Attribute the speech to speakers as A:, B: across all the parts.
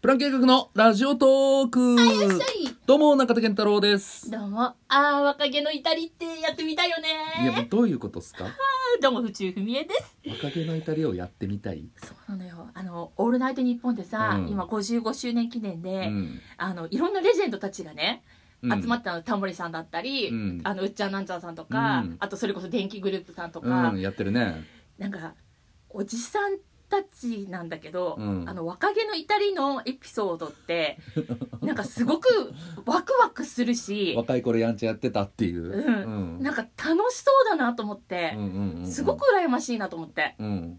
A: プラン計画のラジオトーク
B: よっしゃい
A: どうも中田健太郎です
B: どうも、あー、若気の至りってやってみたいよね
A: いやもうどういうことですか
B: どうも、府中ふみえです。
A: 若気の至りをやってみたい、
B: そうなのよ。あの、オールナイトニッポンでさ、
A: うん
B: 今55周年記念
A: う
B: で、
A: ん
B: あの、いろんなレジェンドたちがね、集ま
A: っ
B: ったの、タモリさんだったり、
A: うん
B: あの、うっちゃんなんちゃんさんとか、
A: うん
B: あとそれこそ電気グループさんとか、
A: うんやってるね
B: なんか、おじさんたちなんだけど、
A: うん
B: あの、若気の至りのエピソードって、なんかすごくワクワクする し、
A: 若い頃やんちゃやってたっていう、
B: うん
A: うん
B: なんか楽しそうだなと思って、
A: うんうんうんうん
B: すごく羨ましいなと思って
A: うん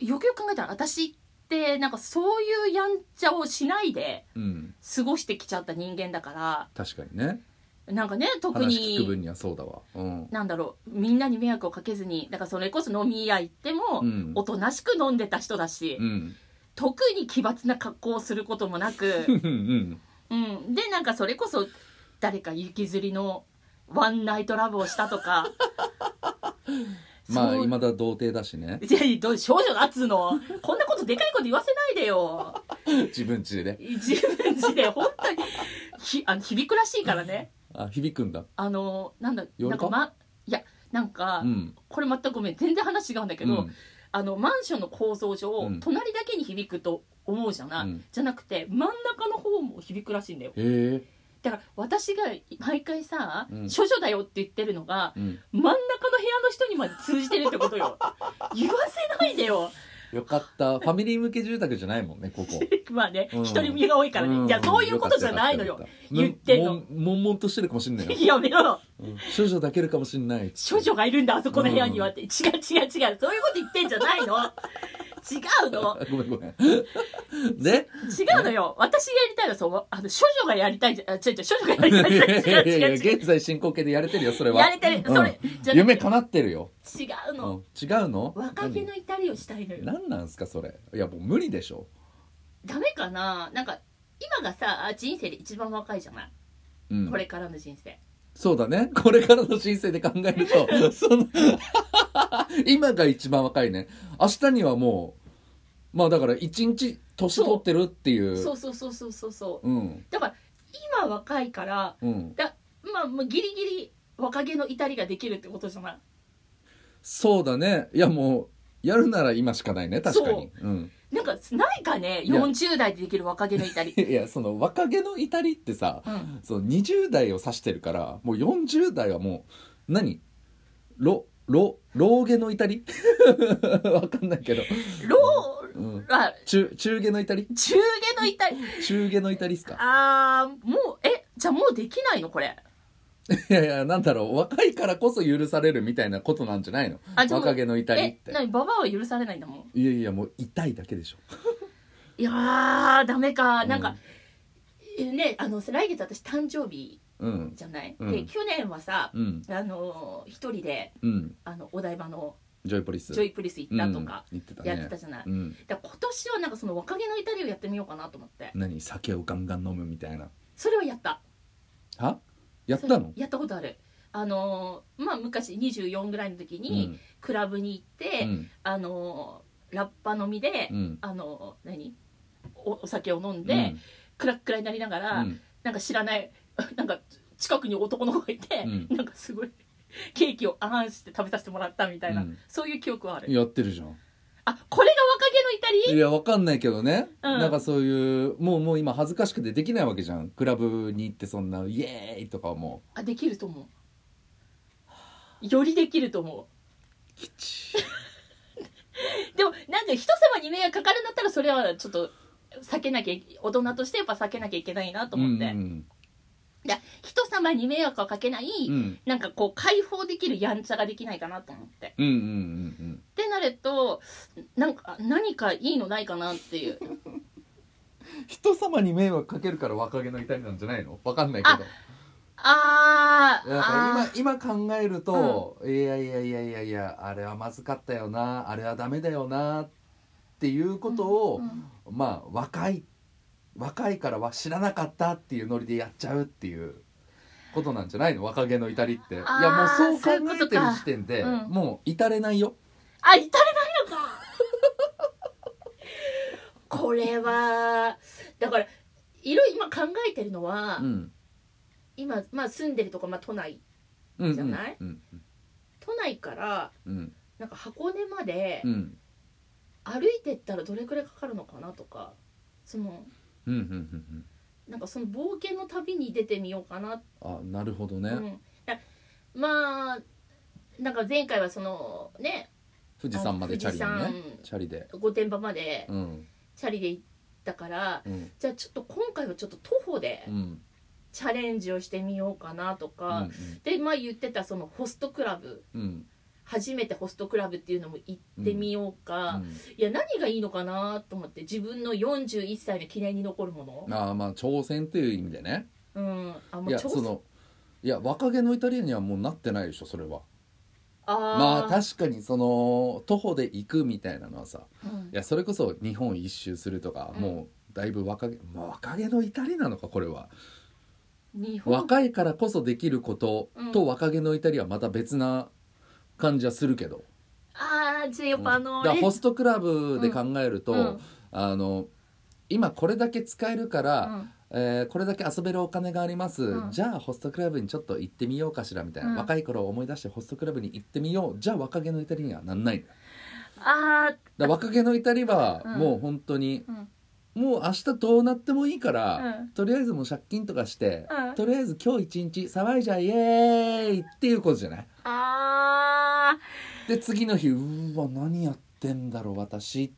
B: よくよく考えたら私ってなんかそういうやんちゃをしないで
A: うん
B: 過ごしてきちゃった人間だか
A: 確かにね
B: らなんかね特
A: 話聞く
B: に
A: 分にはそうだわうん、
B: なんだろうみんなに迷惑をかけずにだからそれこそ飲み屋行っても、
A: うん
B: おとなしく飲んでた人だし、
A: うん、
B: 特に奇抜な格好をすることもな
A: う
B: く、
A: んうん
B: うん、でなんかそれこそ誰か行きずりのワンナイトラブをしたとか
A: まあ
B: そう
A: いまだ童貞だしね
B: いやいやどう少女だっつうのこんなことでかいこと言わせないでよ
A: 自分ちでね
B: 自分自で本当にひあの響くらしいからね
A: あ響くんだ
B: あのなんだ
A: 夜
B: な
A: か
B: んか、ま、いやなんか、
A: うん
B: これ全くごめん全然話違うんだけど、
A: うん
B: あのマンションの構造上、
A: うん
B: 隣だけに響くと思うじゃない、
A: うん
B: じゃなくて真ん中の方も響くらしいんだよ
A: へえ
B: だから私が毎回さ「
A: うん
B: 処女だよ」って言ってるのが
A: うん、
B: 真ん中の部屋の人にまで通じてるってこ とよ言わせないでよ
A: よかったファミリー向け住宅じゃないもんねここ
B: まあね、
A: うん
B: 独り身が多いからね、
A: ん
B: いやそういうことじゃないのよ
A: かったかった
B: 言ってんの
A: もんもんもんとしてるかもしんないよ
B: やめろ
A: うん処女だけるかもしんない
B: 処女がいるんだあそこの部屋にはって、違う違う違うそういうこと言ってんじゃないの違うの
A: ごめんごめんで
B: 違うのよ私がやりたいのはそうあの処女がやりたいんじゃあ 違う違う処女がやりたいん
A: い
B: じゃ
A: や
B: ない
A: いや
B: 違う
A: いや
B: 違う違う
A: 現在進行形でやれてるよそれは
B: やれてる、
A: うん
B: それじゃな
A: 夢叶ってるよ、
B: 違う
A: うん
B: の、
A: 違うの
B: 若気の至りをしたいのよ
A: 何なんすかそれいやもう無理でしょ
B: ダメかななんか今がさ人生で一番若いじゃない、
A: うん
B: これからの人生
A: そうだねこれからの人生で考える とその 今が一番若いね明日にはもうまあだから一日年取ってるっていう
B: そうそうそうそうそうそう
A: うん
B: だから今若いから
A: うん
B: だまあもうギリギリ若気の至りができるってことじゃない
A: そうだねいやもうやるなら今しかないね確かにうん
B: なんかないかね
A: いや
B: 40代でできる若気の至り
A: いやその若気の至りってさ
B: うん
A: その20代を指してるからもう40代はもう何ろろ老下の至り わかんないけど、
B: 老
A: うん、
B: あ
A: 中中下の至り
B: 中下の至り
A: 中下の至りっすか
B: あーもうえじゃあもうできないのこれ
A: いやいやなんだろう若いからこそ許されるみたいなことなんじゃないの
B: あじゃあもう
A: 若気の至りっ
B: え
A: て
B: なにババアは許されないんだもん
A: いやいやもう痛いだけでしょ
B: いやーダメか
A: うん
B: なんか、えねあの来月私誕生日
A: うん
B: じゃない、
A: うん
B: で去年はさ
A: うん
B: あのー一人で
A: うん
B: あのお台場の
A: ジョイポリス
B: ジョイプリス行ったとか
A: うん、言ってたね
B: やってたじゃない、
A: うん
B: だから今年はなんかその若気の至りをやってみようかなと思って
A: 何酒をガンガン飲むみたいな
B: それはやった
A: はやった
B: そ
A: の
B: れやったことあるあのーまあ昔24ぐらいの時に、クラブに行って、
A: うん
B: あのーラッパ飲みで、
A: うん
B: あのー何おお酒を飲ん
A: う
B: で、
A: ん
B: クラックラになりながら、
A: うん
B: なんか知らない なんか近くに男の子がいて、
A: うん
B: なんかすごいケーキをあんあんして食べさせてもらったみたいな、
A: うん
B: そういう記憶はある
A: やってるじゃん
B: あこれが若気の至り
A: いやわかんないけどね、
B: うん
A: なんかそういうもうもう今恥ずかしくてできないわけじゃんクラブに行ってそんなイエーイとかはも
B: あできると思うよりできると思
A: うきち
B: うでもなんか人様に迷惑かかるんだったらそれはちょっと避けなきゃい大人としてやっぱ避けなきゃいけないなと思って、
A: うん
B: で人様に迷惑をかけない、
A: うんうん
B: なんかこう解放できるやんちゃができないかなと思って。
A: うんうんうん
B: ってなるとなんか何かいいのないかなっていう
A: うん人様に迷惑かけるから若気の至りなんじゃないのわかんないけど
B: あー
A: だ
B: あ
A: から今今考えると、いやいやいやいやいやあれはまずかったよなあれはダメだよなっていうことを、
B: ーうん
A: まあ若い若いからは知らなかったっていうノリでやっちゃうっていうことなんじゃないの若気の至りっていや
B: あー
A: もう
B: そ
A: そうう
B: いう
A: 考
B: こと
A: えてる
B: か
A: 時点で
B: うん
A: もう至れないよ
B: あ至れないのか これはだからいろいろ今考えてるのは、
A: うん
B: 今、まあ、住んでるとか、まあ、都内
A: うんうん
B: じゃない
A: うん
B: 都内から
A: うん
B: なんか箱根まで
A: うん
B: 歩いてったらどれくらいかかるのかなとかその
A: うんうんうんうん
B: なんかその冒険の旅に出てみようかな
A: あなるほど
B: う
A: ね
B: ん、だまあなんか前回はそのね
A: 富士山までチャリで
B: あの
A: ね
B: 富士山
A: チャリで
B: 御殿場まで
A: うん
B: チャリで行ったから、
A: うん
B: じゃあちょっと今回はちょっと徒歩で
A: うん
B: チャレンジをしてみようかなと
A: う
B: か、
A: ん
B: でまあ言ってたそのホストクラブ
A: うん
B: 初めてホストクラブっていうのも行ってみよう
A: う
B: か、
A: ん
B: いや何がいいのかなと思って自分の41歳の記念に残るもの、
A: ああまあ挑戦っていう意味でね
B: うんあも
A: いうや
B: 挑
A: そ
B: 戦
A: のいや若気のイタリアにはもうなってないでしょそれはまあ
B: あー、
A: 確かにその徒歩で行くみたいなのはさ
B: う
A: い
B: ん
A: やそれこそ日本一周するとか、
B: うん
A: もうだいぶ若気まあ若気の至りなのかこれは
B: 日本
A: 若いからこそできること
B: う
A: と
B: ん
A: 若気の至りはまた別な感じはするけど、
B: ああじゃあやっぱあの、
A: だから
B: レ
A: ホストクラブで考えると、
B: うんうん
A: あの今これだけ使えるか
B: う
A: ら、
B: ん
A: えーこれだけ遊べるお金があります、
B: うん
A: じゃあホストクラブにちょっと行ってみようかしらみたいな、
B: うん
A: 若い頃を思い出してホストクラブに行ってみようじゃあ若気の至りにはなんないの
B: あー
A: だから若気の至りは
B: うん
A: もう本当に、
B: うん
A: もう明日どうなってもいいから、
B: うん
A: とりあえずもう借金とかして、
B: うん
A: とりあえず今日一日騒いじゃイエーイっていうことじゃない
B: あ
A: で次の日うーわ何やってんだろう私っ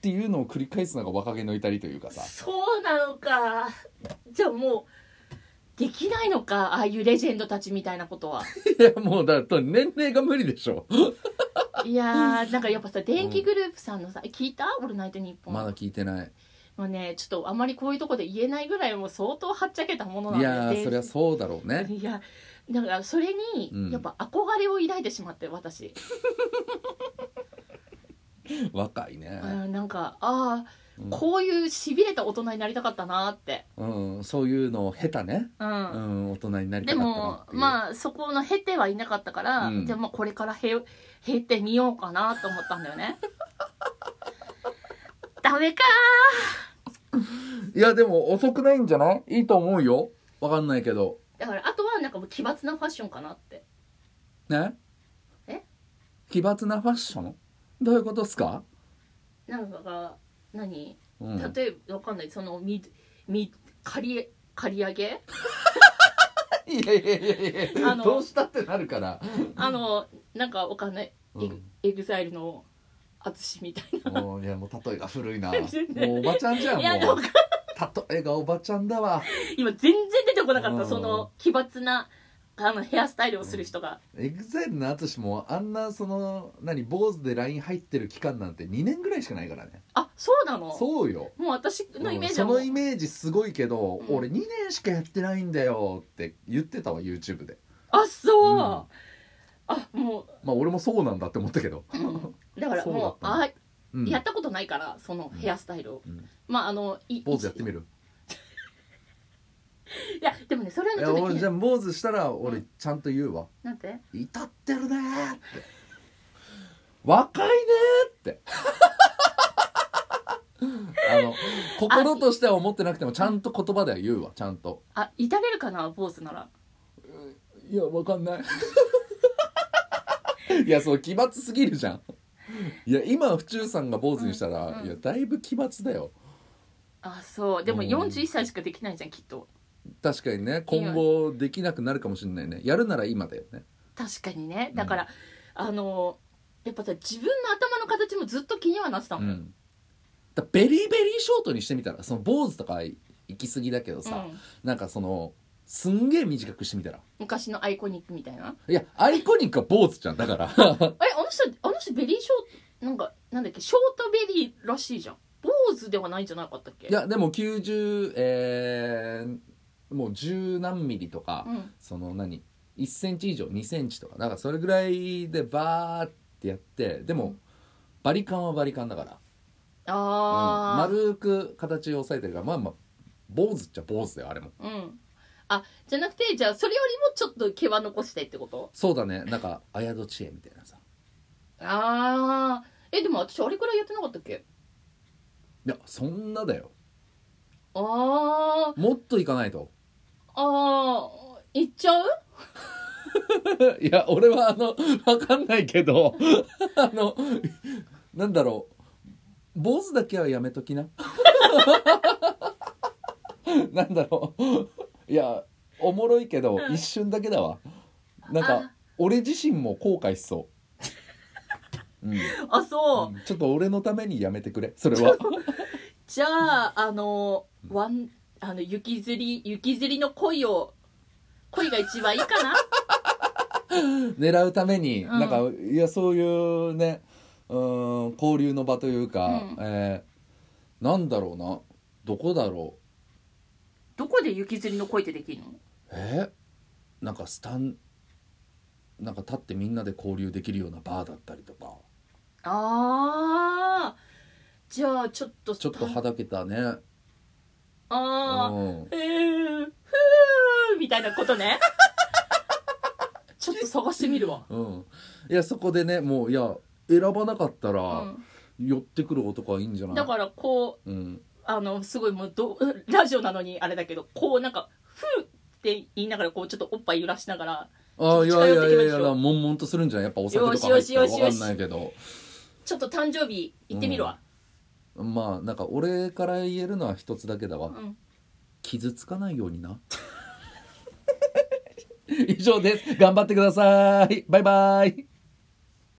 A: ていうのを繰り返すのが若気の至りというか
B: ー
A: さ
B: そうなのかじゃあもうできないのかああいうレジェンドたちみたいなこと は
A: いやもうだと年齢が無理でしょ
B: いやーなんかやっぱさ電気グループさんのさ聞いた「オールナイトニッポン」
A: まだ聞いてない
B: もうねちょっとあまりこういうとこで言えないぐらいもう相当はっちゃけたものな
A: い
B: んで
A: やー
B: 電
A: そりゃそうだろうね
B: いやだからそれ
A: うん
B: にやっぱ憧れを抱いてしまって私、
A: 若いね、
B: うん、なんかああ
A: うん
B: こういうしびれた大人になりたかったなって
A: うん、そういうのを下手ね、
B: う
A: うんん、大人になり
B: で
A: たかったなっ
B: も
A: ていう
B: まあそこの経てはいなかったから、
A: うん
B: じゃあまあこれから経経てみようかなと思ったんだよね ダメか
A: いやでも遅くないんじゃないいいと思うよわかんないけど
B: ーだからあとはなんかもう奇抜なファッションかなって
A: ね
B: え
A: 奇抜なファッションどういうことっすか、
B: なんかが何
A: うん、
B: 例えばわかんないそのみみ借り借り上げ
A: いやいやいやいや
B: あの
A: どうしたってなるから
B: あのなんかわかんない
A: うん
B: エグエグザイルの淳みたい
A: もういやもう例えが古いなも
B: 全然
A: うおばちゃんじゃん
B: いや
A: もう
B: で
A: 例えがおばちゃんだわ
B: な今全然出てこなかっ
A: う
B: た
A: ん
B: その奇抜なあのヘアスタイルをする人が、
A: エグザイルの淳もあんなその何坊主で LINE 入ってる期間なんて2年ぐらいしかないからね
B: あそうなの
A: そうよ
B: もう私のイメージ
A: う
B: は
A: ん
B: も
A: そうのイメージすごいけど、
B: うん
A: 俺2年しかやってないんだよって言ってたわ YouTube で
B: あそう、
A: うん
B: あも
A: まあ俺もそうなんだって思ったけど
B: うだから
A: そうだっ
B: もう
A: たの
B: あ
A: うん
B: やったことないからそのヘアスタイルを、
A: うん
B: まああのい
A: 坊主やってみる
B: いやでもねそれはね
A: い
B: ち
A: や
B: ょっと
A: 俺
B: 気
A: じゃあ坊主したら
B: う
A: 俺
B: ん
A: ちゃんと言うわ
B: なんて
A: 「至ってるね」って「若いね」って あの心としては思ってなくてもちゃんと言葉では言うわちゃんと
B: あ至れるかな坊主なら
A: いやわかん ないいやそう奇抜すぎるじゃんいや今府中さんが坊主にしたら、
B: うんうん
A: いやだいぶ奇抜だよ
B: あそうでも
A: うん
B: 41歳しかできないじゃんきっと
A: 確かにね今後できなくなるかもしれないねやるなら今だよね
B: 確かにねだから、あのやっぱさ自分の頭の形もずっと気にはなってた
A: う
B: もん、
A: んだベリーベリーショートにしてみたらその坊主とか行き過ぎだけど
B: う
A: さ、
B: ん
A: なんかそのすんげえ短くしてみたら
B: 昔のアイコニックみたいない
A: やアイコニックは坊主じゃんだから
B: あれあの人あの人ベリーショートなんかなんだっけショートベリーらしいじゃん坊主ではないんじゃなかったっけ
A: いやでも90えーもう十何ミリとか、
B: うん
A: その何1センチ以上2センチとかだからそれぐらいでバーってやってでも、バリカンはバリカンだから
B: ああ、
A: うん、丸く形を押さえてるからまあまあ坊主っちゃ坊主だよあれも
B: うん。あ、じゃなくて、じゃあ、それよりもちょっと毛は残してってこと
A: そうだねなんか綾戸知恵みたいなさ
B: ああ。え、でも私、あれくらいやってなかったっけ
A: いやそんなだよ
B: あー
A: もっといかないと
B: あーいっちゃう
A: いや俺はあのわかんないけど あのなんだろう坊主だけはやめときな なんだろういやおもろいけど、
B: うん
A: 一瞬だけだわなんか
B: あ
A: 俺自身も後悔し そう、うん
B: あそう、
A: うんちょっと俺のためにやめてくれそ れは
B: じゃああのワンあの雪吊り雪吊りの恋を恋が一番い いかな
A: 狙うために、
B: うん
A: なんかいやそういうねうーん交流の場というか、
B: うん
A: えーなんだろうなどこだろ
B: どこで雪吊りの恋ってできるの
A: うえーなんかスタンなんか立ってみんなで交流できるようなバーだったりとか
B: ああじゃあちょっと
A: ちょっとはだけたね、うん、
B: ああ
A: あ
B: えーふーみたいなことねちょっと探してみるわ
A: うん、いやそこでねもういや選ばなかったら、
B: う、
A: 寄ってくる男はいいんじゃなんい
B: だからこう
A: うん、
B: あのすごいもうどラジオなのにあれだけどこうなんか「ふー」って言いながらこうちょっとおっぱい揺らしながら
A: ああい
B: ちょ
A: や
B: っと
A: い
B: 近
A: や
B: 寄ってきましょう
A: いやいや悶々とするんじゃないやっぱお酒とか入
B: よ
A: っ
B: した
A: ら
B: よし
A: 分
B: よ
A: か
B: し
A: んないけど
B: ちょっと誕生日行ってみるわ、
A: まあなんか俺から言えるのは一つだけだ
B: う
A: わ
B: ん
A: 傷つかないようにな 以上です頑張ってくださいバイバイ